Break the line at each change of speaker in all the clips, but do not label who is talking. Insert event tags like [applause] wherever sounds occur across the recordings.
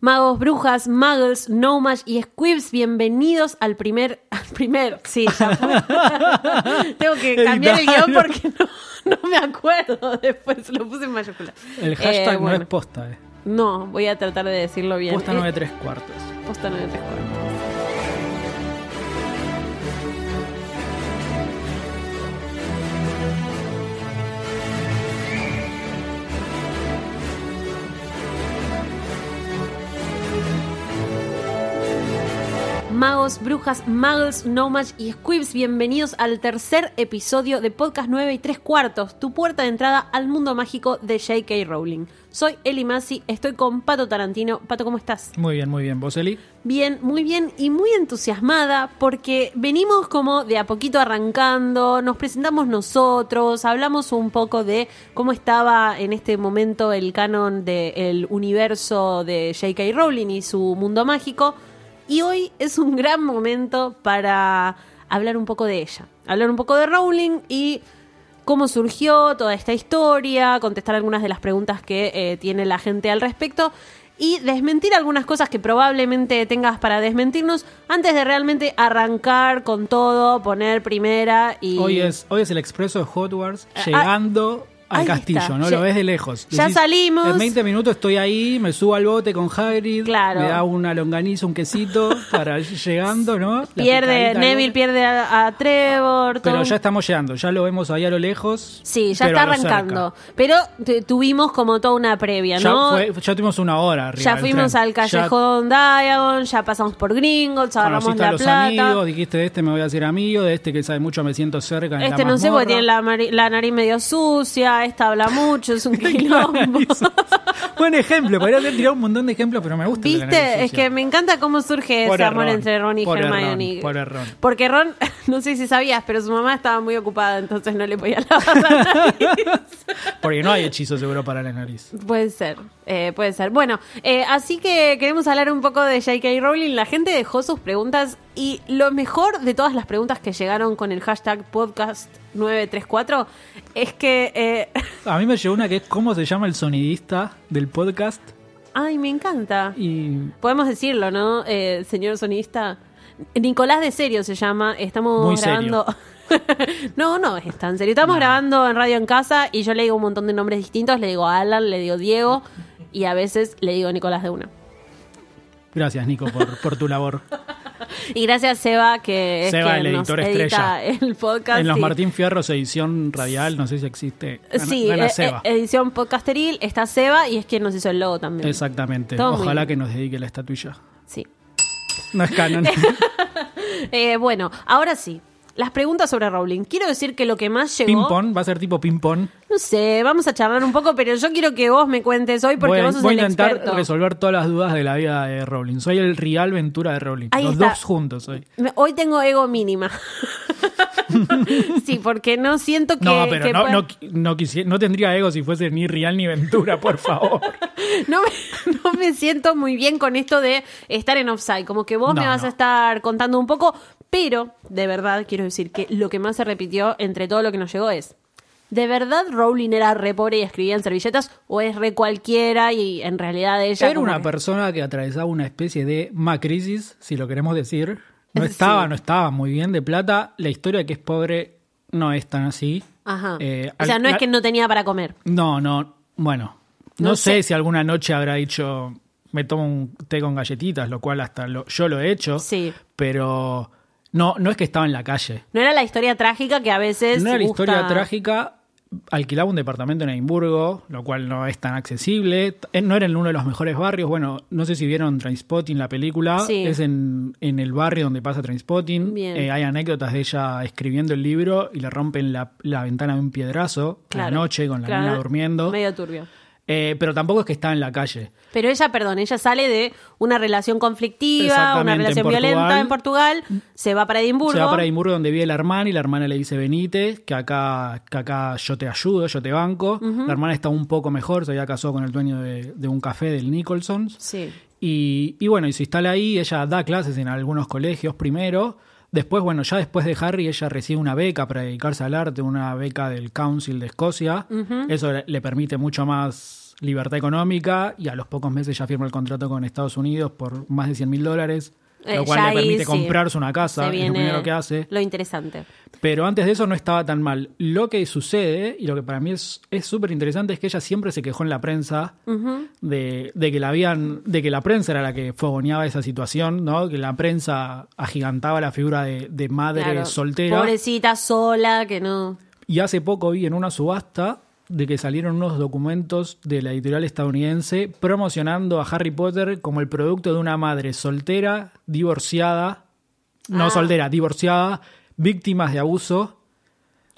Magos, brujas, muggles, nomads y squibs, bienvenidos al primer. [laughs] Al primer, sí, ya fue. [laughs] Tengo que cambiar el guión
Claro.
porque no, no me acuerdo. [laughs] Después lo puse en mayúscula.
El hashtag
Eh,
no
bueno.
es posta, eh.
No, voy a tratar de decirlo bien.
Posta
Eh,
9 3 cuartos.
Posta 9 tres cuartos. Magos, brujas, muggles, nomads y squibs, bienvenidos al tercer episodio de Podcast 9 y 3 cuartos, tu puerta de entrada al mundo mágico de J.K. Rowling. Soy Eli Masi, estoy con Pato Tarantino. Pato, ¿cómo estás?
Muy bien, muy bien. ¿Vos, Eli?
Bien, muy bien y muy entusiasmada porque venimos como de a poquito arrancando, nos presentamos nosotros, hablamos un poco de cómo estaba en este momento el canon del universo de J.K. Rowling y su mundo mágico y hoy es un gran momento para hablar un poco de ella, hablar un poco de Rowling y cómo surgió toda esta historia, contestar algunas de las preguntas que eh, tiene la gente al respecto y desmentir algunas cosas que probablemente tengas para desmentirnos antes de realmente arrancar con todo, poner primera y...
Hoy es, hoy es el expreso de Hogwarts
Ah,
llegando al
ahí
castillo,
está.
¿no?
Ya-
Lo ves de lejos.
ya salimos.
En 20 minutos estoy ahí, me subo al bote con Hagrid.
Claro.
Me da una longaniza, un quesito para
[laughs]
ir llegando, ¿no? La
Pierde,
picadita,
Neville
¿no?
pierde a, a Trevor. todo
Pero
un-
ya estamos llegando, ya lo vemos ahí a lo lejos.
Sí, ya
pero
está
a lo cerca.
arrancando. Pero te- tuvimos como toda una previa,
Ya,
¿no?
fue- ya tuvimos una hora arriba.
Ya
del
fuimos
tren.
al
Ya
callejón Diagon, ya pasamos por Gringotts, agarramos
Conociste
la
a los
plata.
amigos, dijiste de este me voy a hacer amigo, de este que sabe mucho me siento cerca. en
Este
la
no sé
mazmorra.
porque tiene la, mari- la nariz medio sucia, esta habla mucho,
[laughs]
es un quilombo.
Buen ejemplo, podría haber tirado un montón de ejemplos, pero me gusta. el de la nariz
¿Viste? Es
sucia.
que me encanta cómo surge
Por
ese amor
error,
entre Ron y
por
Hermione.
error, por error.
Porque Ron, [laughs] no sé si sabías, pero su mamá estaba muy ocupada, entonces no le podía lavar la
[laughs]
nariz.
Porque no hay hechizo seguro para la nariz.
Puede ser, eh, puede ser. Bueno, eh, así que queremos hablar un poco de J.K. Rowling. La gente dejó sus preguntas y lo mejor de todas las preguntas que llegaron con el hashtag podcast934 es que... eh, [laughs]
A mí me llegó una que es cómo se llama el sonidista del podcast
ay, me encanta.
y
Podemos decirlo, ¿no, eh, señor sonista? Nicolás de Serio se llama. Estamos
Muy
grabando. [laughs] no, no es tan serio. Estamos grabando en Radio en Casa y yo le digo un montón de nombres distintos. Le digo Alan, le digo Diego y a veces le digo Nicolás de una.
gracias Nico por, por tu labor.
[laughs] Y gracias Seba, que es
Seba,
quien
el editor
nos edita
estrella.
el podcast.
En los
y-
Martín Fierros edición radial, no sé si existe. Gana-
Sí,
gana
eh,
Seba.
eh, edición podcasteril, está Seba y es quien nos hizo el logo también.
Exactamente.
Todo muy
Ojalá
bien.
que nos dedique
[laughs]
la estatuilla.
Sí.
No es canon.
Eh, bueno, ahora sí, las preguntas sobre Rowling. Quiero decir que lo que más llegó...
ping-pong, va a ser tipo ping-pong.
No sé, vamos a charlar un poco, pero yo quiero que vos me cuentes hoy porque
Voy, a-
vos sos
voy a
el
intentar
experto.
resolver todas las dudas de la vida de Rowling. Soy el Real Ventura de Rowling.
Ahí
Los
está.
dos juntos hoy.
Me- Hoy tengo ego
[laughs]
mínima. sí, porque no siento que...
No, pero
que
no,
pueda-
no, qui- no, quisi- no tendría ego si fuese ni Real ni Ventura, [laughs] por favor.
[laughs] No me, no me siento muy bien con esto de estar en offside. Como que vos
No,
me vas
no.
a estar contando un poco, pero de verdad quiero decir que lo que más se repitió entre todo lo que nos llegó es. ¿De verdad Rowling era re pobre y escribía en servilletas? ¿O es re cualquiera y en realidad ella.
Era
como
una
que-
persona que atravesaba una especie de macrisis, si lo queremos decir. No estaba,
Sí.
no estaba muy bien de plata. La historia de que es pobre no es tan así.
Ajá.
Eh,
o sea,
al-
no es
la-
que no tenía para comer.
No, no, bueno. No,
No
sé.
sé.
si alguna noche habrá dicho, me tomo un té con galletitas, lo cual hasta lo- yo lo he hecho.
Sí.
Pero no, no es que estaba en la calle.
No era la historia trágica que a veces.
no era la
gusta-
historia trágica. Alquilaba un departamento en Edimburgo, lo cual no es tan accesible. Eh, No era en uno de los mejores barrios. Bueno, no sé si vieron Trainspotting, la película.
Sí.
Es en, en el barrio donde pasa Trainspotting.
Bien.
Eh, hay anécdotas de ella escribiendo el libro y le rompen la, la ventana de un piedrazo a
Claro.
la noche con la
Claro.
nena durmiendo.
Medio turbio.
Eh, pero tampoco es que está en la calle.
Pero ella, perdón, ella sale de una relación conflictiva,
Exactamente,
una
en
relación
Portugal.
violenta en Portugal, se va para Edimburgo.
Se va para Edimburgo donde vive la hermana y la hermana le dice venite, que acá, que acá yo te ayudo, yo te banco. La hermana está un poco mejor, se había casado con el dueño de, de un café del Nicholson's.
Sí.
Y, y bueno, y se instala ahí, ella da clases en algunos colegios primero. Después, bueno, ya después de Harry, ella recibe una beca para dedicarse al arte, una beca del Council de Escocia. Eso le- le permite mucho más libertad económica y a los pocos meses ya firma el contrato con Estados Unidos por más de 100 mil dólares,
Eh,
lo
ya
cual
ahí
le permite
sí.
comprarse una
Se
casa, es lo
viene
primero que hace.
Lo interesante.
Pero antes de eso no estaba tan mal. Lo que sucede, y lo que para mí es es súper interesante, es que ella siempre se quejó en la prensa de, de que la habían, de que la prensa era la que fogoneaba esa situación, ¿no? Que la prensa agigantaba la figura de, de madre
Claro.
soltera.
Pobrecita sola, que no.
Y hace poco vi en una subasta de que salieron unos documentos de la editorial estadounidense promocionando a Harry Potter como el producto de una madre soltera, divorciada, no
Ah.
soltera, divorciada, víctimas de abuso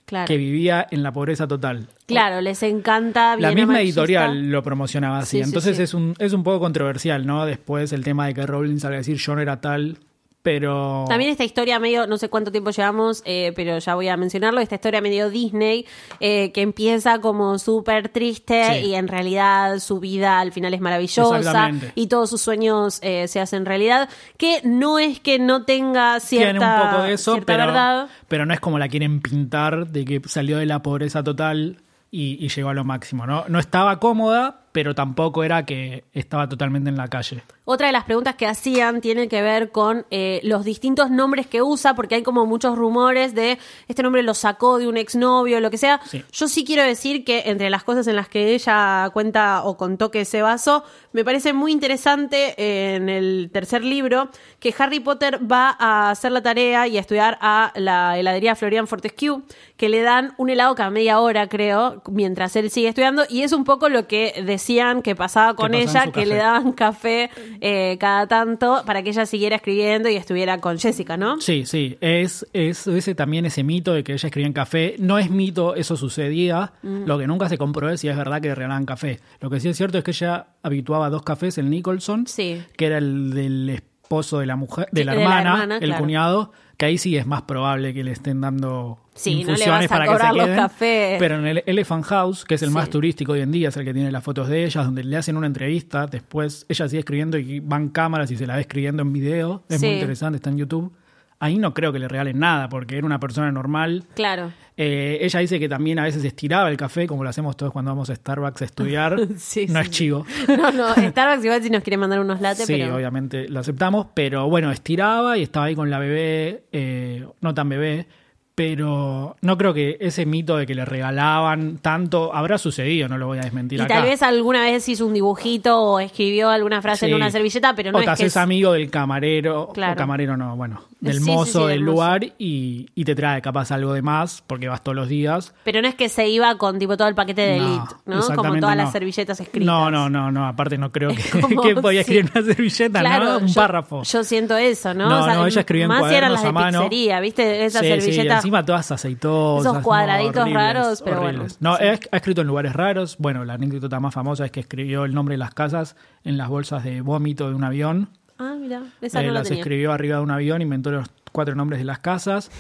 Claro.
que vivía en la pobreza total.
Claro, les encanta.
La
Viena
misma
Machista.
editorial lo promocionaba así.
Sí, sí,
Entonces
sí.
Es, un, es un poco controversial, ¿no? Después el tema de que Rowling salga a decir yo no era tal, pero...
También esta historia medio, no sé cuánto tiempo llevamos, eh, pero ya voy a mencionarlo, esta historia medio Disney, eh, que empieza como súper triste
Sí.
y en realidad su vida al final es maravillosa
Exactamente.
y todos sus sueños eh, se hacen realidad, que no es que no tenga cierta,
tiene un poco de eso,
cierta
pero,
verdad.
pero no es como la quieren pintar de que salió de la pobreza total y, y llegó a lo máximo. ¿no? no estaba cómoda, pero tampoco era que estaba totalmente en la calle.
Otra de las preguntas que hacían tiene que ver con eh, los distintos nombres que usa, porque hay como muchos rumores de este nombre lo sacó de un exnovio, lo que sea.
Sí.
Yo sí quiero decir que entre las cosas en las que ella cuenta o contó que se basó, me parece muy interesante eh, en el tercer libro que Harry Potter va a hacer la tarea y a estudiar a la heladería Florian Fortescue, que le dan un helado cada media hora, creo, mientras él sigue estudiando, y es un poco lo que decían que pasaba con
pasaba en
ella,
su
que le
café.
daban daban café eh, cada tanto para que ella siguiera escribiendo y estuviera con Jessica, ¿no?
Sí, sí, es, es ese también ese mito de que ella escribía en café. No es mito, eso sucedía.
Mm.
Lo que nunca se comprobó es si es verdad que le regalaban café. Lo que sí es cierto es que ella habituaba a dos cafés, el Nicholson,
Sí.
que era el del esposo de la mujer, de
Sí,
la
de la
hermana,
hermana,
el
claro.
cuñado, que ahí sí es más probable que le estén dando
Sí, no le vas
infusiones
a
para que se
cobrar los
queden.
cafés.
Pero en el Elephant House, que es el
Sí.
más turístico hoy en día, es el que tiene las fotos de ellas, donde le hacen una entrevista, después ella sigue escribiendo y van cámaras y se la ve escribiendo en video. Es
Sí.
muy interesante, está en YouTube. Ahí no creo que le regalen nada, porque era una persona normal.
Claro.
Eh, ella dice que también a veces estiraba el café, como lo hacemos todos cuando vamos a Starbucks a estudiar.
[laughs] Sí, sí.
no es chivo.
[laughs] No, no, Starbucks igual si nos quiere mandar unos lates,
Sí,
pero...
obviamente lo aceptamos, pero bueno, estiraba y estaba ahí con la bebé, eh, no tan bebé, pero no creo que ese mito de que le regalaban tanto habrá sucedido, no lo voy a desmentir
Y
acá.
tal vez alguna vez hizo un dibujito o escribió alguna frase en
Sí.
una servilleta, pero no
o te
es que...
haces
es-
amigo del camarero,
Claro.
o camarero no, bueno, del
Sí, sí,
mozo
sí, del
del
mozo.
lugar y, y te trae capaz algo de más porque vas todos los días.
Pero no es que se iba con tipo todo el paquete de
No,
Elite, ¿no? Como
exactamente
todas
no.
las servilletas escritas.
No, no, no, no, aparte no creo que,
como,
[laughs] que podía escribir
sí.
una servilleta,
Claro,
¿no? Un
yo-
párrafo.
Yo siento eso, ¿no?
No, no, ella escribía en
Más si eran las
cuadernos
de
a mano.
pizzería, ¿viste? Esas
Sí, sí,
servilletas.
encima todas aceitosas.
Esos
no,
cuadraditos
horribles,
raros, pero
horribles.
bueno,
No,
sí.
ha, ha escrito en lugares raros. Bueno, la anécdota más famosa es que escribió el nombre de las casas en las bolsas de vómito de un avión.
Ah, mira, esa
Eh,
no la
las
tenía.
escribió arriba de un avión, inventó los cuatro nombres de las
[laughs]
casas.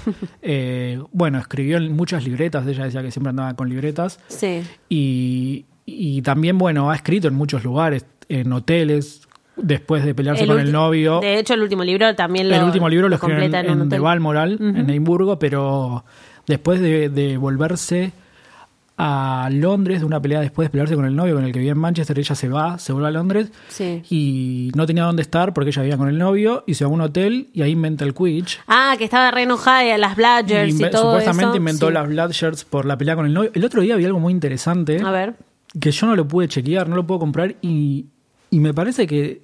Eh, bueno, escribió en muchas libretas. Ella decía que siempre andaba con libretas.
Sí.
Y, y también, bueno, ha escrito en muchos lugares, en hoteles, después de pelearse con
ulti-
el novio.
De hecho, el último libro también lo
el último libro lo escribió en,
completa un
en
hotel.
De Balmoral, en Edimburgo, pero después de, de volverse a Londres, de una pelea después de pelearse con el novio con el que vivía en Manchester, ella se va, se vuelve a Londres
Sí.
y no tenía dónde estar porque ella vivía con el novio y se va a un hotel y ahí inventa el Quidditch.
Ah, que estaba re enojada y a las Bladgers y,
Inve-
todo
supuestamente
eso.
inventó
Sí.
las Bladshirts por la pelea con el novio. El otro día había algo muy interesante
A ver.
que yo no lo pude chequear, no lo puedo comprar y, y me parece que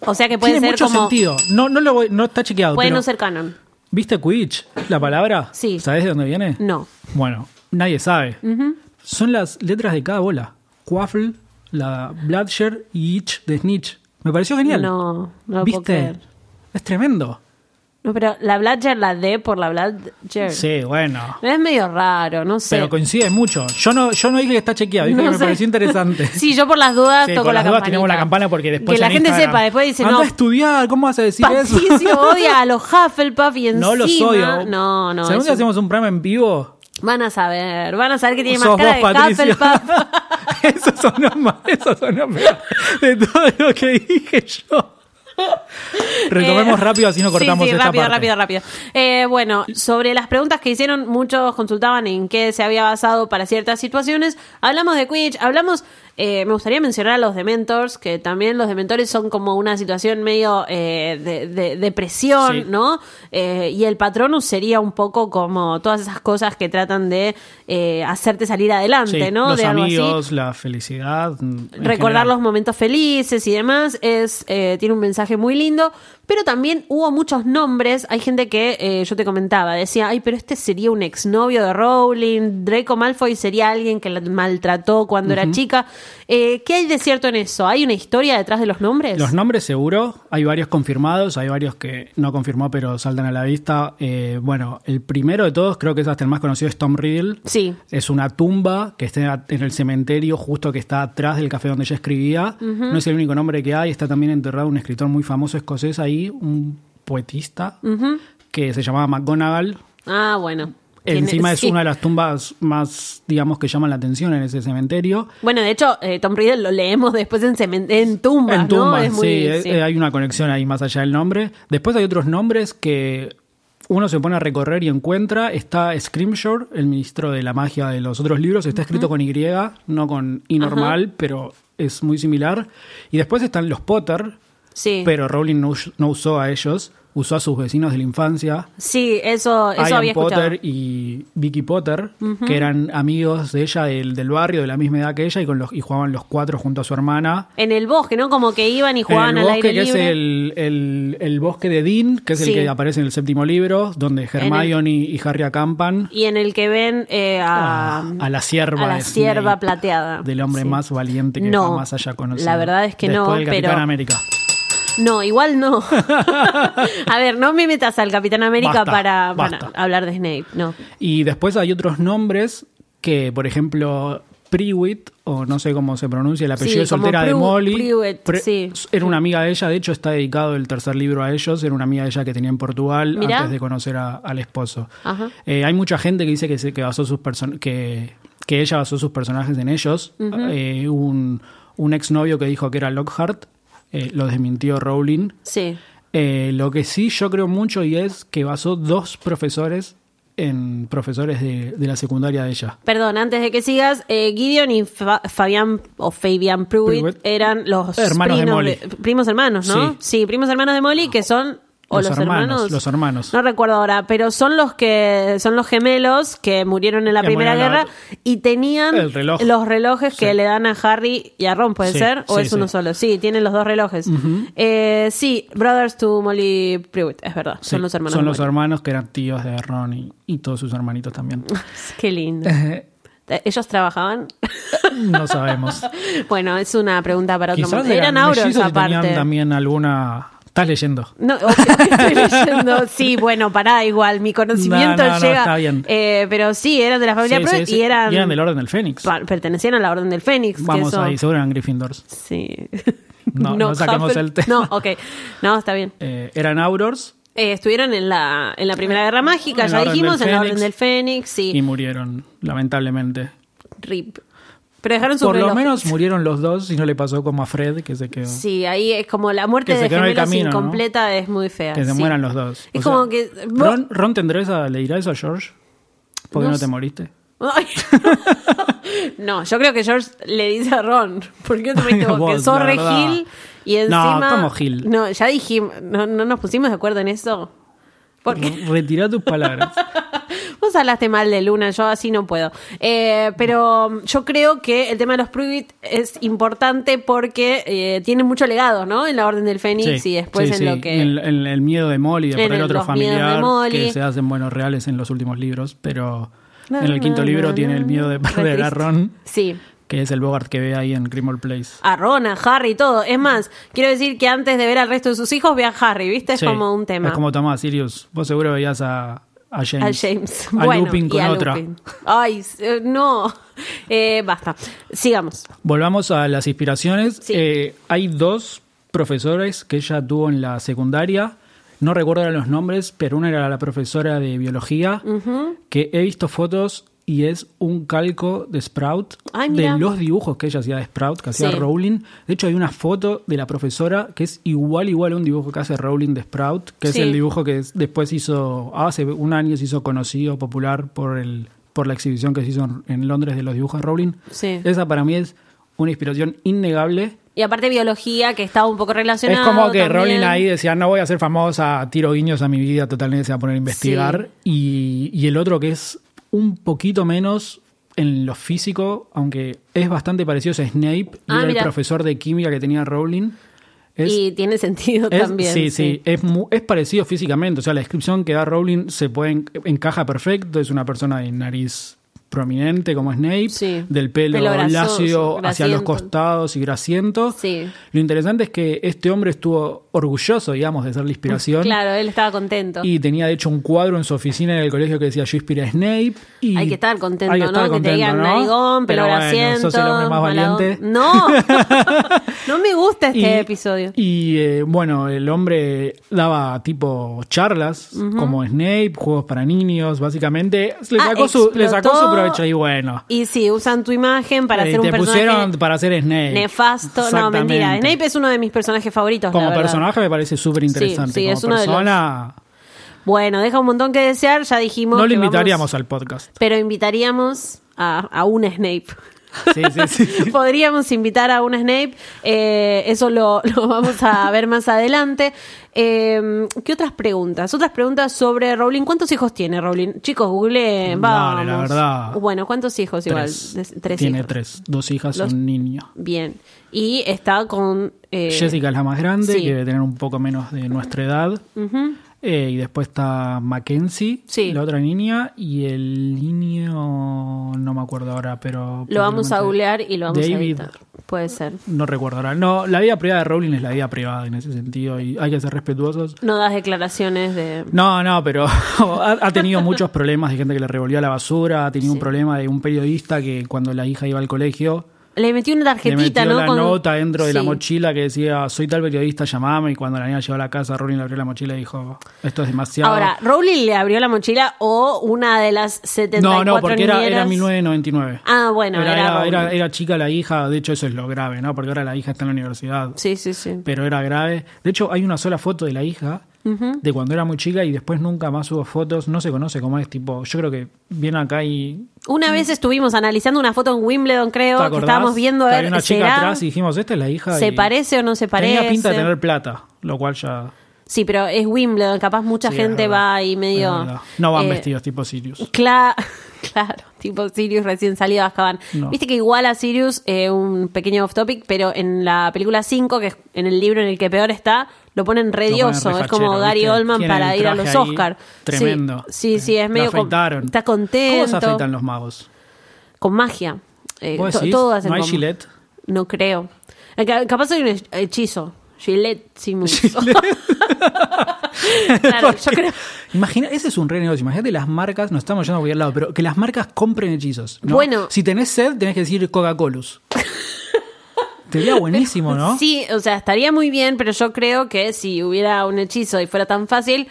O sea que puede
tiene
ser
mucho
como...
sentido. No, no, lo voy- no está chequeado.
Puede
pero-
no ser canon.
¿Viste Quidditch? ¿La palabra?
Sí.
¿Sabés de dónde viene?
No.
Bueno, nadie sabe. Son las letras de cada bola. Quaffle, la Bladger y Itch de Snitch. Me pareció genial.
No, no lo puedo
¿Viste?
creer.
Es tremendo.
No, pero la Bladger, la D por la Bladger.
Sí, bueno.
Es medio raro, no sé.
Pero coincide mucho. Yo no, yo no dije que está chequeado, dije
No
que me
sé.
pareció interesante.
[laughs] Sí, yo por las dudas
Sí,
toco
por
la
las dudas
campanita.
tenemos la campana porque después.
Que la
en
gente
Instagram, Ah,
sepa, después dice,
"Andá
no,
a estudiar, ¿cómo vas a decir eso?
Patricio odia a los Hufflepuff y encima...
[laughs] No los odio.
No, no.
Si algún
es
día
un-
hacemos un programa en vivo,
Van a saber, van a saber que tiene más
Sos
cara
vos,
de
Patricio.
Hufflepuff.
[laughs] eso sonó mal, eso sonó peor de todo lo que dije yo. Retomemos
Eh,
rápido, así no
sí,
cortamos
sí,
esta
rápido,
parte.
rápido, rápido. Eh, bueno, sobre las preguntas que hicieron, muchos consultaban en qué se había basado para ciertas situaciones. Hablamos de Quidditch, hablamos Eh, me gustaría mencionar a los dementors, que también los dementores son como una situación medio eh, de, de- de presión,
Sí.
¿no? Eh, y el patronus sería un poco como todas esas cosas que tratan de eh, hacerte salir adelante,
Sí,
¿no?
Los
de algo así.
amigos, la felicidad. en
recordar
general.
los momentos felices y demás. Es, eh, tiene un mensaje muy lindo, pero también hubo muchos nombres. Hay gente que eh, yo te comentaba, decía, ay, pero este sería un exnovio de Rowling, Draco Malfoy sería alguien que la maltrató cuando era chica. Eh, ¿Qué hay de cierto en eso? ¿Hay una historia detrás de los nombres?
Los nombres seguro, hay varios confirmados, hay varios que no confirmó pero saltan a la vista. Eh, bueno, el primero de todos, creo que es hasta el más conocido, es Tom Riddle.
sí.
Es una tumba que está en el cementerio justo que está atrás del café donde ella escribía. No es el único nombre que hay, está también enterrado un escritor muy famoso escocés ahí, un poetista
Mm.
que se llamaba McGonagall.
Ah, bueno. Tiene-
Encima es
sí.
una de las tumbas más, digamos, que llaman la atención en ese cementerio.
Bueno, de hecho, eh, Tom Riddle lo leemos después en, cemen- en tumbas,
En tumbas,
¿no? Es muy-
sí, eh,
sí.
eh, hay una conexión ahí más allá del nombre. Después hay otros nombres que uno se pone a recorrer y encuentra. Está Scrimshore, el ministro de la magia de los otros libros. Está escrito con Y, no con I normal, pero es muy similar. Y después están los Potter,
Sí.
pero Rowling no, us- no usó a ellos, usó a sus vecinos de la infancia.
Sí, eso, eso
Ian
había escuchado.
Potter y Vicky Potter, que eran amigos de ella del, del barrio, de la misma edad que ella, y, con los, y jugaban los cuatro junto a su hermana.
En el bosque, ¿no? Como que iban y jugaban
En el
al
bosque,
aire
que
libre.
es el, el- el bosque de Dean, que es
Sí.
el que aparece en el séptimo libro, donde Hermione y, y Harry acampan
Y en el que ven eh, a,
Ah, a, a la sierva.
a la
de Snape,
cierva plateada.
Del hombre
Sí.
más valiente que
No,
jamás haya conocido.
la verdad es que
Después
no,
del Capitán
pero-
América.
No, igual
[laughs]
no. a ver, no me metas al Capitán América
Basta,
para, para
basta.
hablar de Snape, no.
Y después hay otros nombres que, por ejemplo, Prewitt, o no sé cómo se pronuncia el apellido
Sí,
de soltera
como
de
Pru-
Molly.
Prewitt, sí.
Era una amiga de ella, de hecho está dedicado el tercer libro a ellos, era una amiga de ella que tenía en Portugal
Mirá.
antes de conocer a- al esposo.
Ajá.
Eh, hay mucha gente que dice que, se- que, basó sus person- que, que ella basó sus personajes en ellos. Eh, hubo un, un exnovio que dijo que era Lockhart, eh, lo desmintió Rowling.
Sí.
Eh, lo que sí yo creo mucho y es que basó dos profesores en profesores de, de la secundaria de ella.
Perdón, antes de que sigas, eh, Gideon y Fa- Fabián o Fabian Pruitt,
Pruitt. Eh,
eran los
Hermanos de
primos
Molly.
primos hermanos, ¿no?
Sí.
Sí. primos hermanos de Molly que son o los,
Los hermanos, los hermanos.
No recuerdo ahora, pero son los que son los gemelos que murieron en la
Que
Primera
murieron en la-
Guerra y tenían
El reloj.
los relojes que
Sí.
le dan a Harry y a Ron, puede
Sí,
ser, o
sí,
es uno
sí.
solo. Sí, tienen los dos relojes. Eh, sí, Brothers to Molly Pruitt, es verdad, son
Sí,
los hermanos.
Son
de
los
Molly.
hermanos que eran tíos de Ron y, y todos sus
[laughs]
hermanitos también.
Qué lindo.
Eh,
Ellos
[laughs]
trabajaban.
no sabemos.
[laughs] Bueno, es una pregunta para otro
Quizás
momento.
eran,
Eran auros
mellizos y tenían
aparte.
también alguna... Estás leyendo.
No, obvio que [laughs] estoy leyendo. Sí, bueno, pará, igual, mi conocimiento
No, no, no,
llega.
está bien.
Eh, pero sí, eran de la familia
Sí,
Pruitt
sí, sí.
y eran.
del Orden del Fénix.
pa- pertenecían a la Orden del Fénix. que
Vamos
eso-
ahí, seguro eran Gryffindors.
Sí. [laughs]
No, no saquemos el tema.
No, ok. No, está bien.
Eh, eran Aurors
Eh, estuvieron en la, en la Primera Guerra Mágica,
En la
ya
Orden
dijimos,
del
en la
Fénix.
Orden del Fénix y,
y murieron, lamentablemente.
RIP. Pero dejaron su
Por lo
reloj. [laughs]
menos murieron los dos y no le pasó como a Fred, que se quedó.
Sí, ahí es como la muerte
Que se
de
quedó en el
gemelos
camino, ¿no?
incompleta es muy fea.
Que se
sí.
mueran los dos.
Es
O sea,
como que-
Ron, Ron tendrá esa, le dirá eso a George. ¿Por qué
No
no,
sé.
te moriste? [laughs]
Ay. [laughs] no, yo creo que George le dice a Ron, ¿por qué te
[laughs] Ay,
metes
a vos,
Que sos
la
re
verdad.
Gil y
No,
encima.
como Gil.
No, ya dijimos, no, no nos pusimos de acuerdo en eso. Porque
Retirá
[laughs]
tus palabras.
vos hablaste mal de Luna, yo así no puedo. Eh, pero yo creo que el tema de los Pruitt es importante porque eh, tiene mucho legado, ¿no? En la Orden del Fénix
Sí,
y después
sí,
en
sí.
lo que.
En, en el miedo de Molly, de
En
perder
el-
otro
los miedos de
familiar,
Molly.
que se hacen buenos reales en los últimos libros, pero
Na,
en el
na,
quinto libro
na,
tiene
na.
el miedo de
Re
perder a
triste.
Ron,
Sí.
que es el Bogart que ve ahí en Grimmauld Place.
a Ron, a Harry, todo. Es más, quiero decir que antes de ver al resto de sus hijos, ve a Harry, ¿viste? Es
Sí,
como un tema.
Es como Tomás Sirius. Vos seguro veías a, a James.
A James.
A
bueno,
Lupin
y
con
a
otra.
Lupin. Ay, eh, no. [laughs] Eh, basta. Sigamos.
Volvamos a las inspiraciones.
Sí.
Eh, hay dos profesores que ella tuvo en la secundaria. No recuerdo ahora los nombres, pero una era la profesora de biología, que he visto fotos y es un calco de Sprout,
Ay,
de
mira.
los dibujos que ella hacía de Sprout, que hacía
Sí.
Rowling. De hecho, hay una foto de la profesora que es igual, igual a un dibujo que hace Rowling de Sprout, que
Sí.
es el dibujo que es- después hizo, ah, hace un año se hizo conocido, popular por, el, por la exhibición que se hizo en- en Londres de los dibujos de Rowling.
Sí.
Esa para mí es una inspiración innegable.
Y aparte biología, que estaba un poco relacionada.
es como que
también.
Rowling ahí decía, no voy a ser famosa, tiro guiños a mi vida, totalmente se va a poner a investigar. Y, y el otro que es un poquito menos en lo físico, aunque es bastante parecido, es Snape, y
Ah,
era el
mira.
profesor de química que tenía Rowling. Es-
y tiene sentido [laughs]
es-
también.
Sí, sí, Es, mu- es parecido físicamente. O sea, la descripción que da Rowling se puede en- encaja perfecto. Es una persona de nariz prominente como Snape,
Sí.
del pelo,
Pelo grasoso,
lacio hacia los
grasiento.
costados y grasiento.
Sí.
Lo interesante es que este hombre estuvo orgulloso, digamos, de ser la inspiración.
Claro, él estaba contento.
Y tenía de hecho un cuadro en su oficina en el colegio que decía yo inspiré a Snape. Y
hay que estar contento,
Hay que
¿no?
estar
que te
contento,
digan
¿no?
narigón,
Pero
pelo
bueno,
grasiento.
sos el hombre más
mala
valiente.
on- No,
[laughs]
no [laughs] me gusta este episodio.
Y eh, bueno, el hombre daba tipo charlas como Snape, juegos para niños, básicamente. Le
Ah,
sacó, su, le sacó su
explotó.
provecho y bueno.
Y sí, usan tu imagen para
Eh,
hacer un
te
personaje
pusieron para ser Snape.
nefasto. No, mentira.
Eh, Exactamente.
Snape es uno de mis personajes favoritos.
Como
la verdad.
personaje me parece súper interesante.
Sí, sí,
como
es uno de los-
persona,
Bueno, deja un montón que desear. Ya dijimos.
no
que
le invitaríamos
vamos-
al podcast.
Pero invitaríamos a, a un Snape.
Sí, sí, sí, sí.
[laughs] Podríamos invitar a un Snape, eh, eso lo, lo vamos a ver más adelante. Eh, ¿Qué otras preguntas? Otras preguntas sobre Rowling. ¿Cuántos hijos tiene Rowling? Chicos, Google, vamos.
Dale, la verdad.
Bueno, ¿cuántos hijos igual?
Tres.
Des- tres
Tiene
hijos.
tres, dos hijas
Los-
y un niño.
Bien. Y está con... eh,
Jessica es la más grande,
sí.
que debe tener un poco menos de nuestra edad.
ujú.
Eh, y después está Mackenzie,
Sí.
la otra niña, y el niño, no me acuerdo ahora, pero...
Lo vamos a
posiblemente-
googlear y lo vamos a
David.
editar. Puede ser.
No recuerdo ahora. No, la vida privada de Rowling es la vida privada en ese sentido y hay que ser respetuosos.
No das declaraciones de...
No, no, pero [laughs] ha, ha tenido muchos problemas de gente que le revolvió a la basura, ha tenido un problema de un periodista que cuando la hija iba al colegio
Le metí una
le
tarjetita,
metió
¿no?
la
Con-
nota dentro de la
Sí.
mochila que decía soy tal periodista, llamame y cuando la niña llegó a la casa Rowling le abrió la mochila y dijo esto es demasiado.
Ahora, Rowling le abrió la mochila o una de las 74
No, no, porque era, era
niñeras?
1999.
Ah, bueno,
era,
era
era-
Rowling.
era- era chica la hija, de hecho eso es lo grave, ¿no? Porque ahora la hija está en la universidad,
Sí, sí, sí.
pero era grave. De hecho, hay una sola foto de la hija de cuando era muy chica y después nunca más hubo fotos, no se conoce cómo es, tipo, yo creo que viene acá y...
Una vez estuvimos analizando una foto en Wimbledon, creo,
¿Te
que
acordás?
estábamos viendo a
Había
ver
una chica
¿será?
atrás y dijimos, esta es la hija.
se
y
parece o no se parece.
Tenía pinta de tener plata, lo cual ya...
Sí, pero es Wimbledon, capaz mucha
sí, es
gente
verdad,
va ahí
es
medio
verdad. No van
eh,
vestidos tipo Sirius.
Cla- [laughs] claro, tipo Sirius recién salido de Azkaban.
No.
Viste que igual a Sirius, eh, un pequeño off topic, pero en la película 5, que es en el libro en el que peor está, lo ponen
Lo ponen
redioso.
re
es como
fachero,
Gary
¿viste?
Oldman
Tienen
para
el
ir a
traje
los
ahí
Oscar.
Tremendo.
Sí, sí, sí, es
Lo
medio. con-
afeitaron.
está contento.
¿Cómo se afeitan los magos?
Con magia. Eh,
¿Vos
to-
decís?
todo hacen
¿No hay
con-
Gillette? [laughs]
No creo. Eh, ca- Capaz hay un he- hechizo. Gillette
[laughs]
Simmons. [laughs] [laughs] claro, yo creo.
Imagina, ese es un re negocio. Imagínate las marcas, nos estamos yendo a cualquier lado, pero que las marcas compren hechizos. ¿no?
Bueno.
Si tenés sed, tenés que
[laughs]
decir Coca-Colus. Te veía buenísimo, ¿no?
Sí, o sea, estaría muy bien, pero yo creo que si hubiera un hechizo y fuera tan fácil.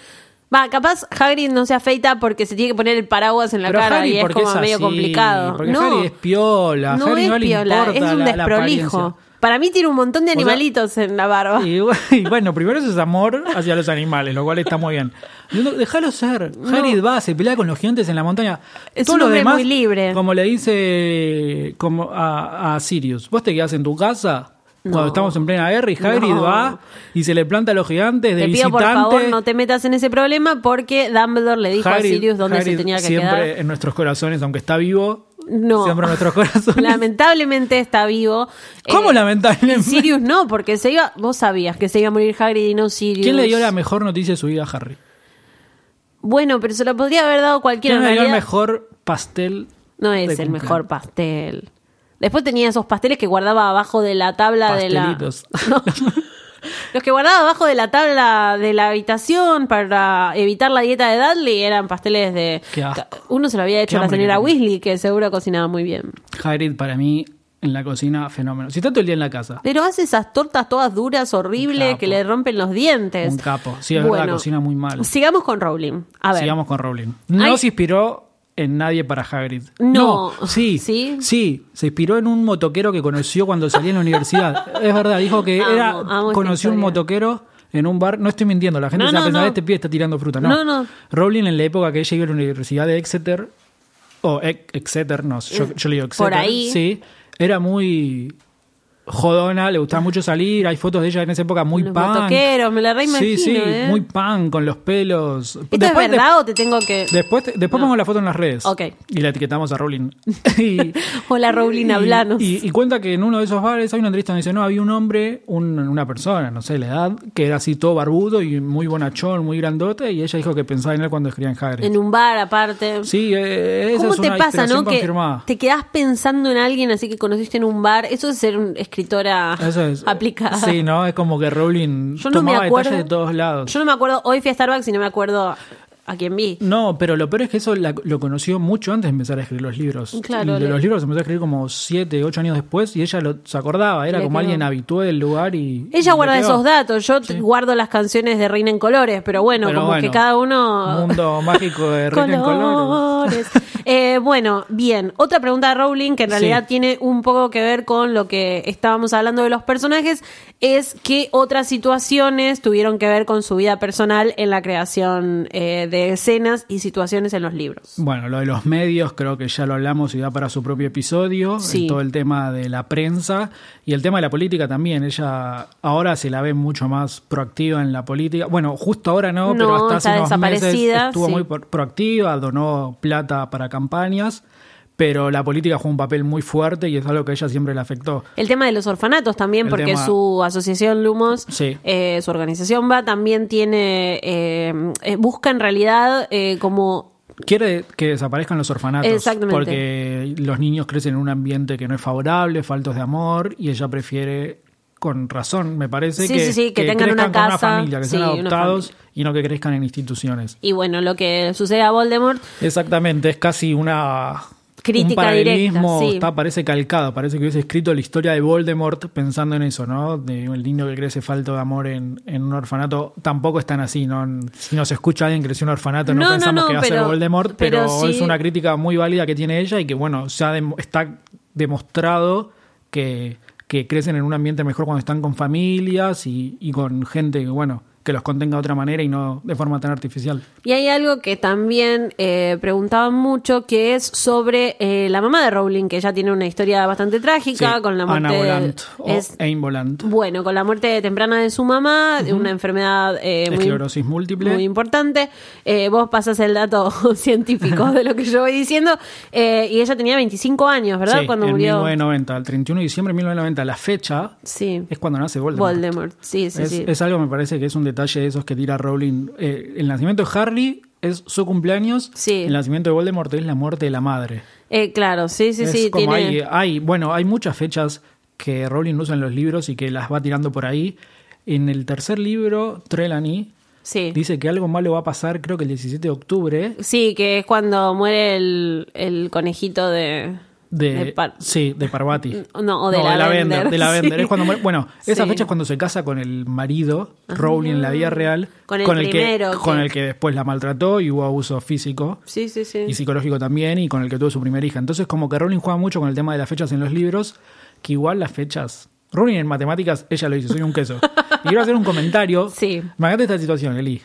Va, capaz Hagrid no se afeita porque se tiene que poner el paraguas en la
Pero
cara
Harry,
y es
¿por qué
como
es
medio
así?
complicado.
Porque
no,
Harry es piola,
no
Harry
es
no le
piola,
importa
es un
la- la
desprolijo.
apariencia.
Para mí tiene un montón de
sea,
animalitos en la barba.
Y, bu- [laughs] y bueno, primero eso es amor hacia los animales, lo cual está muy bien. Y uno, Déjalo ser. Harry va, se pelea con los gigantes en la montaña.
Es
Todos
un
los
hombre
demás,
muy libre.
Como le dice como a, a Sirius, vos te quedás en tu casa cuando estamos en plena guerra y Hagrid
No.
va y se le planta a los gigantes de
Te pido por
visitante.
favor no te metas en ese problema porque Dumbledore le dijo
Hagrid-
a Sirius dónde se
Hagrid
tenía que
siempre
quedar.
en nuestros corazones, aunque está vivo.
No.
Siempre
[laughs]
en nuestros corazones.
Lamentablemente está vivo.
¿Cómo
Eh,
lamentablemente?
y Sirius no, porque se iba. Vos sabías que se iba a morir Hagrid y no Sirius.
¿Quién le dio la mejor noticia de su vida a Harry?
Bueno, pero se la podría haber dado cualquiera.
¿Quién
en
le dio el
realidad.
mejor pastel?
No
de
es el
cumpleaños?
mejor pastel. Después tenía esos pasteles que guardaba abajo de la tabla de la.
Pastelitos.
[laughs] No. Los que guardaba abajo de la tabla de la habitación para evitar la dieta de Dudley eran pasteles de.
Qué asco.
Uno se lo había hecho
Qué
a la
hambre que
señora
tengo.
Weasley, que seguro cocinaba muy bien.
Hagrid para mí en la cocina fenómeno. Si está todo el día en la casa,
Pero hace esas tortas todas duras,
Un
horribles,
capo.
que le rompen los dientes.
un capo. Sí, es verdad, cocina muy mal.
Sigamos con Rowling. A ver.
Sigamos con Rowling. No
Ay.
se inspiró en nadie para Hagrid.
No.
sí,
¿Sí?
sí, se inspiró en un motoquero que conoció cuando salía en
[laughs]
la universidad. es verdad, dijo que
Amo,
era
amo esta
conoció un
historia.
motoquero en un bar. No estoy mintiendo, la gente
No,
se va a
no,
pensar
no.
este pibe está tirando fruta. No.
No, no.
Rowling en la época que ella iba a la universidad de Exeter
Eh,
o Ex- Exeter, no, yo, yo le digo Exeter.
Por ahí.
Sí, era muy jodona, le gustaba mucho salir, hay fotos de ella en esa época muy
Los
punk.
motoqueros, me la reimagino,
Sí, sí,
¿eh?
muy punk, con los pelos.
¿Esto es
Después de-
verdad o te tengo que...?
Después, te- después pongo la foto en las redes.
Ok.
Y la etiquetamos
[laughs]
a Rowling. y,
Hola, Rowling, hablanos.
y- y cuenta que en uno de esos bares hay una entrevista donde dice, no, había un hombre, un- una persona, no sé la edad, que era así todo barbudo y muy bonachón, muy grandote, y ella dijo que pensaba en él cuando escribía en Hagrid.
En un bar, aparte.
Sí, eh, esa
¿Cómo
es
te
una
pasa, no?
inspiración
Que
confirmada.
te quedás pensando en alguien así que conociste en un bar. Eso es ser una escritora
Eso es.
aplicada.
Sí, ¿no? Es como que Rowling
Yo no me
tomaba
acuerdo-
detalles de todos lados.
Yo no me acuerdo, hoy fui a Starbucks y no me acuerdo a quién vi.
No, pero lo peor es que eso la- lo conoció mucho antes de empezar a escribir los libros.
Claro,
Lo-
le-
Los libros se empezó a escribir como siete, ocho años después y ella lo, se acordaba, era
Le
como
quedó.
alguien habitué del lugar y... y
Ella
le
guarda
quedó.
esos datos, yo t- guardo las canciones de Reina en Colores, pero bueno,
Pero
como
bueno,
que cada uno... [laughs]
Mundo mágico de Reina en
colores.
Colores.
[laughs] Eh, bueno, bien. Otra pregunta de Rowling que en
Sí.
realidad tiene un poco que ver con lo que estábamos hablando de los personajes es qué otras situaciones tuvieron que ver con su vida personal en la creación eh, de escenas y situaciones en los libros.
Bueno, lo de los medios creo que ya lo hablamos y da para su propio episodio,
Sí.
y todo el tema de la prensa y el tema de la política también. Ella ahora se la ve mucho más proactiva en la política. Bueno, justo ahora
No,
no, pero hasta
está
hace unos
desaparecida,
meses estuvo
sí.
muy pro- proactiva, donó plata para campañas, pero la política jugó un papel muy fuerte y es algo que a ella siempre le afectó.
El tema de los orfanatos también,
El
porque
tema-
su asociación Lumos,
Sí.
eh, su organización va, también tiene, eh, eh, busca en realidad eh, como
Quiere que desaparezcan los orfanatos.
Exactamente.
Porque los niños crecen en un ambiente que no es favorable, faltos de amor, y ella prefiere, con razón, me parece,
Sí,
que,
sí, sí, que tengan
crezcan
una
con
casa,
una familia, que sean
sí, una
adoptados y no que crezcan en instituciones.
Y bueno, lo que sucede a Voldemort.
Exactamente, es casi una.
Crítica
un paralelismo
directa, sí.
está, parece calcado, parece que hubiese escrito la historia de Voldemort pensando en eso, ¿no? De el niño que crece falto de amor en, en un orfanato. Tampoco es tan así, ¿no? Si nos escucha alguien que creció en un orfanato, no,
No, no,
pensamos
no,
que va a
pero-
ser Voldemort, pero,
pero sí-
es una crítica muy válida que tiene ella y que, bueno, se ha dem- está demostrado que, que crecen en un ambiente mejor cuando están con familias y, y con gente que, bueno, que los contenga de otra manera y no de forma tan artificial.
Y hay algo que también eh, preguntaban mucho, que es sobre eh, la mamá de Rowling, que ya tiene una historia bastante trágica
Sí,
con la muerte.
Ana
de-
Volant o
es-
Aim Volant.
bueno, con la muerte temprana de su mamá, de una enfermedad eh, muy,
Esclerosis múltiple.
muy importante. Eh, vos pasas el dato [laughs] científico de lo que yo voy diciendo. Eh, y ella tenía 25 años, ¿verdad?
Sí,
Cuando
en
murió.
1990, el 31 de diciembre de 1990, la fecha
Sí,
es cuando nace Voldemort.
Voldemort. Sí, sí,
es,
sí.
es algo, me parece, que es un detalle de esos que tira Rowling. Eh, el nacimiento de Harry es su cumpleaños.
Sí.
El nacimiento de Voldemort es la muerte de la madre.
Eh, claro, sí, sí,
es
sí.
como
tiene...
hay, hay- bueno, hay muchas fechas que Rowling usa en los libros y que las va tirando por ahí. En el tercer libro, Trelawney
Sí.
dice que algo malo va a pasar, creo que el 17 de octubre,
Sí, que es cuando muere el, el conejito de...
De,
de par-
sí, de Parvati.
[laughs] No, o de Lavender,
De
[laughs]
Lavender.
sí.
Es cuando, muere- bueno, esa
Sí.
fecha es cuando se casa con el marido, Rowling, en la vida real.
Con el primero,
Que, Con
sí.
el que después la maltrató y hubo abuso físico
Sí, sí, sí.
y psicológico también y con el que tuvo su primera hija. Entonces, como que Rowling juega mucho con el tema de las fechas en los libros, que igual las fechas. Rowling en matemáticas, ella lo dice, soy un
[laughs]
queso. Y quiero hacer un comentario.
Sí.
Imagínate esta situación, Eli.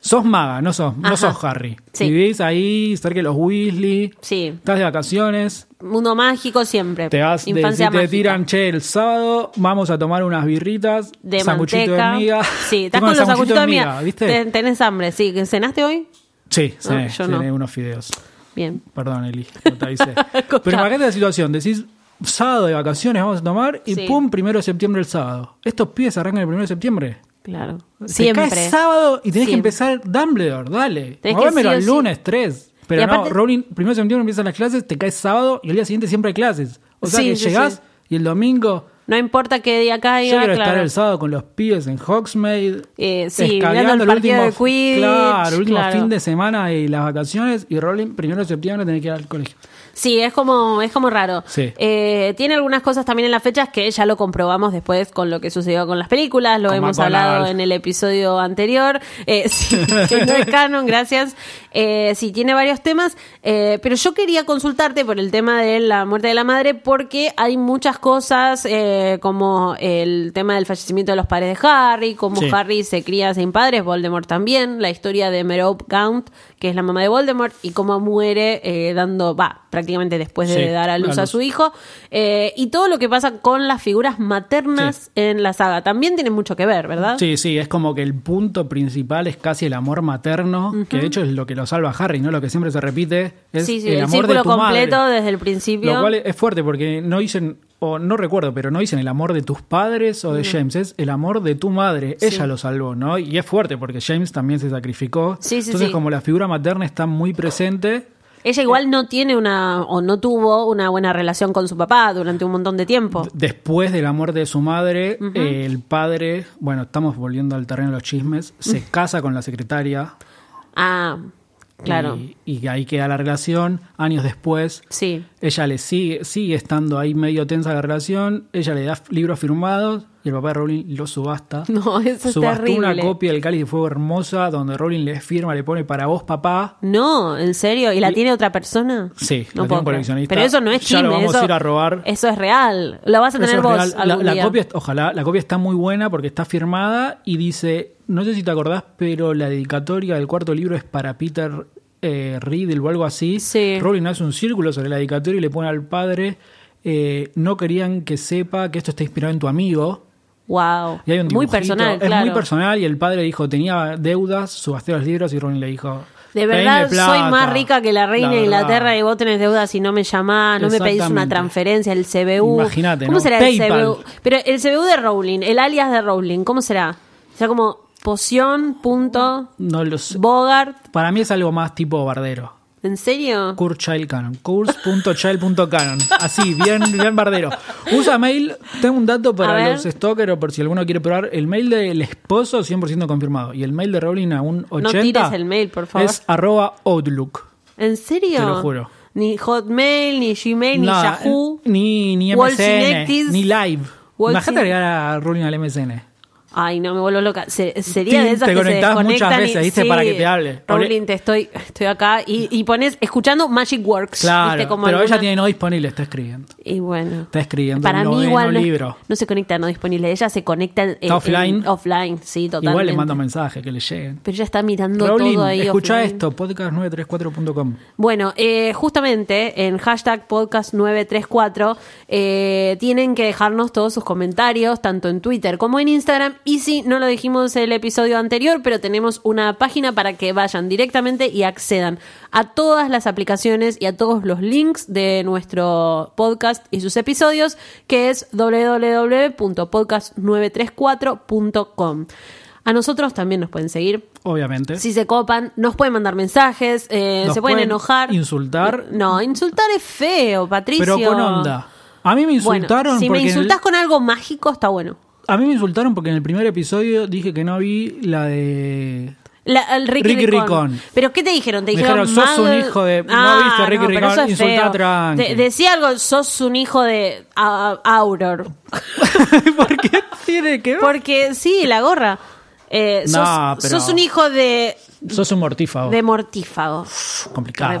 Sos maga, no sos, no
Ajá.
sos Harry.
Sí.
Vivís ahí, cerca de los Weasley.
Sí.
Estás de vacaciones,
Mundo mágico siempre.
te vas de-
Infancia
si te
mágica.
tiran, che, el sábado vamos a tomar unas birritas,
de
sanguchito
manteca.
de miga. [laughs]
Sí, estás con los sanguchitos de miga.
¿viste?
Ten- Tenés hambre, sí. ¿Que ¿Cenaste hoy?
Sí, sí,
Ah, yo no.
cené unos fideos.
Bien.
Perdón, Eli, no
[laughs]
te avisé.
Cortá.
Pero imagínate la situación, decís sábado de vacaciones vamos a tomar y
Sí.
pum, primero de septiembre el sábado. Estos pibes arrancan el primero de septiembre.
Claro.
Te
Siempre.
cae sábado y tenés que
Siempre.
empezar Dumbledore, dale.
Tenés que
Móvemelo
sí o
al
sí.
lunes 3. Pero
Y aparte-
no, Rowling, primero de septiembre empiezan las clases, te caes sábado y el día siguiente siempre hay clases. O sea
Sí,
que
sí,
llegás
sí.
y el domingo
No importa qué día caiga,
Yo quiero
claro.
estar el sábado con los pibes en Hogsmeade.
Eh, sí,
escabeando
mirando el partido de Quidditch,
Claro, el último
claro.
fin de semana y las vacaciones. Y Rowling, primero de septiembre, tenés que ir al colegio.
Sí, es como, es como raro.
Sí.
Eh, tiene algunas cosas también en las fechas que ya lo comprobamos después con lo que sucedió con las películas, lo
Con
hemos
McGonagall.
hablado en el episodio anterior. Eh, [laughs] sí, que no es canon, gracias. Eh, sí, tiene varios temas, eh, pero yo quería consultarte por el tema de la muerte de la madre porque hay muchas cosas eh, como el tema del fallecimiento de los padres de Harry, como
Sí.
Harry se cría sin padres, Voldemort también, la historia de Merope Gaunt, que es la mamá de Voldemort, y cómo muere eh, dando, va, prácticamente después de
Sí,
dar a luz,
a luz.
a su hijo, eh, y todo lo que pasa con las figuras maternas en la saga. También tiene mucho que ver, ¿verdad?
Sí, sí, es como que el punto principal es casi el amor materno, que de hecho es lo que lo salva a Harry, ¿no? Lo que siempre se repite es
sí, sí,
el,
el,
amor de
círculo
tu madre.
completo desde el principio.
Lo cual es fuerte porque no dicen, o no recuerdo, pero no dicen el amor de tus padres o de
Mm.
James, es el amor de tu madre. Ella lo salvó, ¿no? Y es fuerte porque James también se sacrificó.
Sí, sí,
Entonces,
sí.
como la figura materna está muy presente,
Ella igual no tiene una, o no tuvo una buena relación con su papá durante un montón de tiempo.
después de la muerte de su madre, eh, el padre, bueno, estamos volviendo al terreno de los chismes,
Mm.
se casa con la secretaria.
Ah, claro.
Y, y ahí queda la relación. Años después,
Sí. [laughs]
Ella le sigue, sigue estando ahí medio tensa la relación, ella le da f- libros firmados y el papá de Rowling lo subasta.
[laughs] No, eso es
Subastó una
terrible.
copia del Cáliz de Fuego hermosa donde Rowling le firma, le pone para vos papá.
No, ¿en serio? ¿Y la tiene otra persona?
Sí, la
no
tiene un coleccionista.
Pero eso no es
Ya lo
chisme,
vamos a
eso-
ir a robar.
Eso es real. Lo vas a tener
Eso es
vos
real.
algún
la, la
día.
copia, est- ojalá, la copia está muy buena porque está firmada y dice, no sé si te acordás, pero la dedicatoria del cuarto libro es para Peter eh, Riddle o algo así.
Sí.
Rowling hace un círculo sobre la dedicatoria y le pone al padre, eh, no querían que sepa que esto está inspirado en tu amigo.
Wow.
Y hay un
muy
dibujito.
personal,
es
claro.
muy personal y el padre dijo, tenía deudas, subasté los libros y Ron le dijo,
De
"Traeme
verdad, soy
plata".
más rica que la reina de
verdad.
Inglaterra y vos tenés deudas y no me llamás, no me pedís una
Exactamente.
transferencia, el CBU.
Imagínate,
¿Cómo
¿no?
será
PayPal.
el CBU? Pero el CBU de Rowling, el alias de Rowling, ¿cómo será? Será como poción, punto,
No lo sé.
Bogart.
Para mí es algo más tipo bardero.
¿En serio?
CourseChildCanon. Course.child.canon. Así, bien, bien bardero. Usa mail. Tengo un dato
A
para
ver.
los stalkers o por si alguno quiere probar. El mail del esposo 100% confirmado. Y el mail de Rowling a un 80.
tires el mail, por favor.
Es arroba Outlook.
¿En serio?
Te lo juro.
Ni Hotmail, ni Gmail, ni
Nada,
Yahoo.
eh, Ni, ni
Wall
MSN.
Synectis.
Ni Live.
Wall
Imagínate
Syn-
agregar a Rowling al MSN.
Ay, no, me vuelvo loca. Se- sería de
Te-
esas
te
que se
conectás
desconectan
muchas
y-
veces, ¿viste?
sí.
Para que te hable.
Rowling, te estoy, estoy acá y, y pones escuchando Magic Works.
Claro.
¿viste? Como
pero ella
alguna-
tiene no disponible, está escribiendo.
Y bueno.
Está escribiendo
Para
el
mí
noveno
igual no, es-
libro.
no se conecta no disponible. Ella se conecta en, en-
offline.
offline, sí, totalmente.
Igual le manda mensajes que le lleguen.
Pero ella está mirando
Rowling,
todo ahí
escucha
offline.
esto, podcast934.com.
Bueno, eh, justamente en hashtag podcast934 eh, tienen que dejarnos todos sus comentarios, tanto en Twitter como en Instagram. Y si no lo dijimos en el episodio anterior, pero tenemos una página para que vayan directamente y accedan a todas las aplicaciones y a todos los links de nuestro podcast y sus episodios, que es www.podcast934.com. A nosotros también nos pueden seguir
Obviamente.
si se copan, nos pueden mandar mensajes, eh,
¿Eh? Nos
se pueden,
pueden
enojar.
insultar.
No, insultar es feo, Patricio.
Pero con onda. A mí me
Bueno,
insultaron
si me
porque en el-
insultás con algo mágico, está bueno.
a mí me insultaron porque en el primer episodio dije que no vi la de [laughs]
La- el Ricky,
Ricky
Ricón.
Ricón.
¿Pero qué te dijeron? Te
Me
dijeron,
dijeron, sos
Mag-
un hijo de- no
Ah,
viste Ricky
pero
Ricón,
eso es
insultá
feo.
tranqui.
De- decía algo, sos un hijo de a- a- Auror.
¿Por qué tiene que ver?
Porque sí, la gorra. Eh,
No,
sos,
pero-
sos un hijo de,
Sos un mortífago.
de mortífago.
Complicado.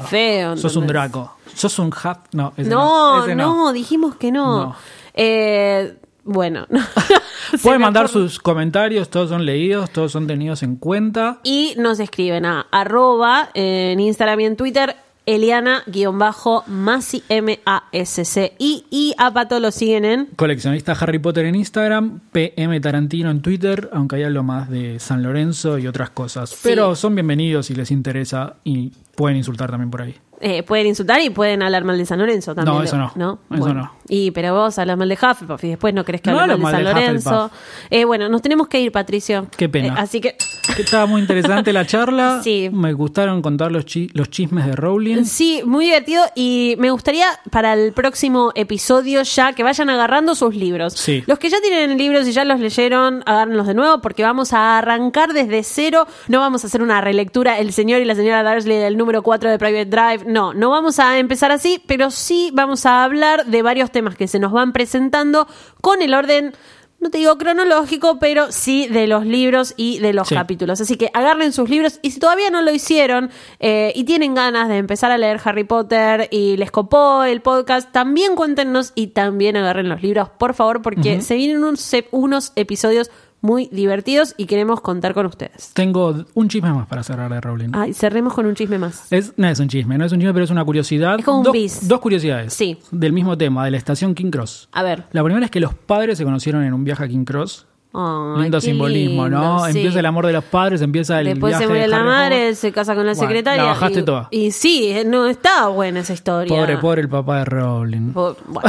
Re feo,
Sos un
¿entendés?
draco. Sos un half. No, ese
No,
ese
no, dijimos que no.
No.
Eh, bueno, [laughs] Se me
Pueden mandar
ocurre.
sus comentarios, todos son leídos, todos son tenidos en cuenta.
Y nos escriben a arroba eh, en Instagram y en Twitter. Eliana-Masi M-A-S-C-I y a Pato lo siguen en
Coleccionista Harry Potter en Instagram, PM Tarantino en Twitter, aunque hay algo más de San Lorenzo y otras cosas. Pero son bienvenidos si les interesa y pueden insultar también por ahí.
eh, pueden insultar y pueden hablar mal de San Lorenzo también.
No, eso no. Eso no.
Y pero vos hablas mal de Hufflepuff y después no crees que
No
hablas
hablo
mal de
mal
San
de
Lorenzo. Eh, bueno, nos tenemos que ir, Patricio.
Qué pena.
Eh, así que
Que Estaba muy interesante la charla.
[laughs] Sí.
Me gustaron contar los, chi- los chismes de Rowling.
Sí, muy divertido y me gustaría para el próximo episodio ya que vayan agarrando sus libros.
Sí.
Los que ya tienen libros y ya los leyeron, agárrenlos de nuevo porque vamos a arrancar desde cero. No vamos a hacer una relectura El señor y la señora Dursley del número 4 de Private Drive. No, no vamos a empezar así, pero sí vamos a hablar de varios temas que se nos van presentando con el orden... No te digo cronológico, pero sí de los libros y de los
Sí.
capítulos capítulos. Así que agarren sus libros y si todavía no lo hicieron eh, y tienen ganas de empezar a leer Harry Potter y les copó el podcast, también cuéntenos y también agarren los libros, por favor, porque se vienen unos, unos episodios muy divertidos y queremos contar con ustedes.
Tengo un chisme más para cerrar de Rowling.
Ay, cerremos con un chisme más.
Es, no es un chisme, no es un chisme, pero es una curiosidad.
Es como un
dos,
bis.
dos curiosidades.
Sí.
Del mismo tema, de la estación King Cross.
A ver.
La primera es que los padres se conocieron en un viaje a King Cross.
Ay,
Lindo
qué
simbolismo, ¿no?
lindo, sí.
Empieza el amor de los padres, empieza el
Después
viaje
se
de
muere la
Harry
madre, se casa con la
Bueno,
secretaria.
la bajaste
y,
toda.
Y sí, eh, no está buena esa
Potter.
historia.
Pobre, pobre el papá de Rowling.
Po-
[laughs]
bueno.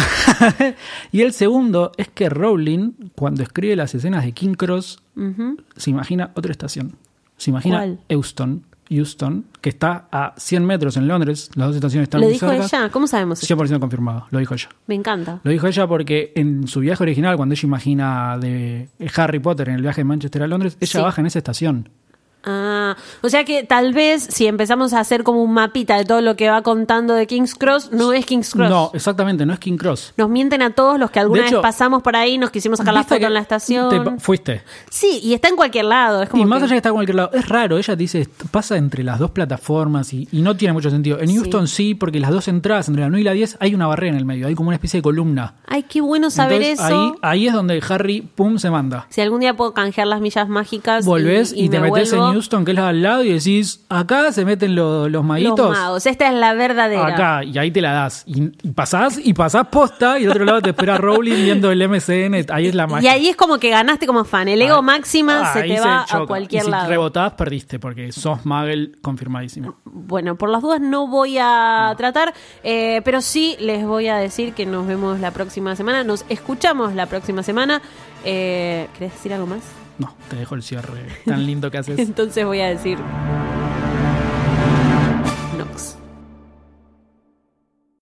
y el segundo es que Rowling, cuando escribe las escenas de King Cross, se imagina otra estación. Se imagina
¿Cuál?
Euston, Euston, que está a 100 metros en Londres. Las dos estaciones están
Lo
muy
dijo
cerca.
ella, ¿cómo sabemos? eso?
100% confirmado, lo dijo ella.
Me encanta.
Lo dijo ella porque en su viaje original, cuando ella imagina de Harry Potter en el viaje de Manchester a Londres, ella
Sí.
baja en esa estación.
Ah, o sea que tal vez si empezamos a hacer como un mapita de todo lo que va contando de King's Cross, no es King's Cross.
No, exactamente, no es King Cross.
Nos mienten a todos los que alguna
De hecho,
vez pasamos por ahí, nos quisimos sacar la
Viste
foto
que
en la
te pa-
estación.
fuiste.
Sí, y está en cualquier lado. Es como
y más
que-
allá que está en cualquier lado, es raro, ella dice, est- pasa entre las dos plataformas y, y no tiene mucho sentido. En Houston sí, porque las dos entradas, entre la 9 y la 10, hay una barrera en el medio, hay como una especie de columna.
Ay, qué bueno saber
Entonces,
eso.
Ahí, ahí es donde Harry, pum, se manda.
Si algún día puedo canjear las millas mágicas.
Volvés y, te
me
metes en
vuelvo,
Houston, que es la de al lado, y decís, acá se meten lo- los
Los
maguitos.
magos. Esta es la verdadera.
Acá, y ahí te la das. Y, y pasás, y pasás posta, y del otro lado te espera Rowling viendo el MCN. Ahí es la
Y
magia.
ahí es como que ganaste como fan. El ego
Ahí-
máxima se
ahí
te va
choca.
a cualquier
y si
lado.
rebotás, perdiste, porque sos Magel confirmadísimo.
Bueno, por las dudas no voy a tratar, eh, pero sí les voy a decir que nos vemos la próxima semana. Nos escuchamos la próxima semana. Eh, ¿Querés decir algo más? [laughs]
No, te dejo el cierre tan lindo que haces.
Entonces voy a decir.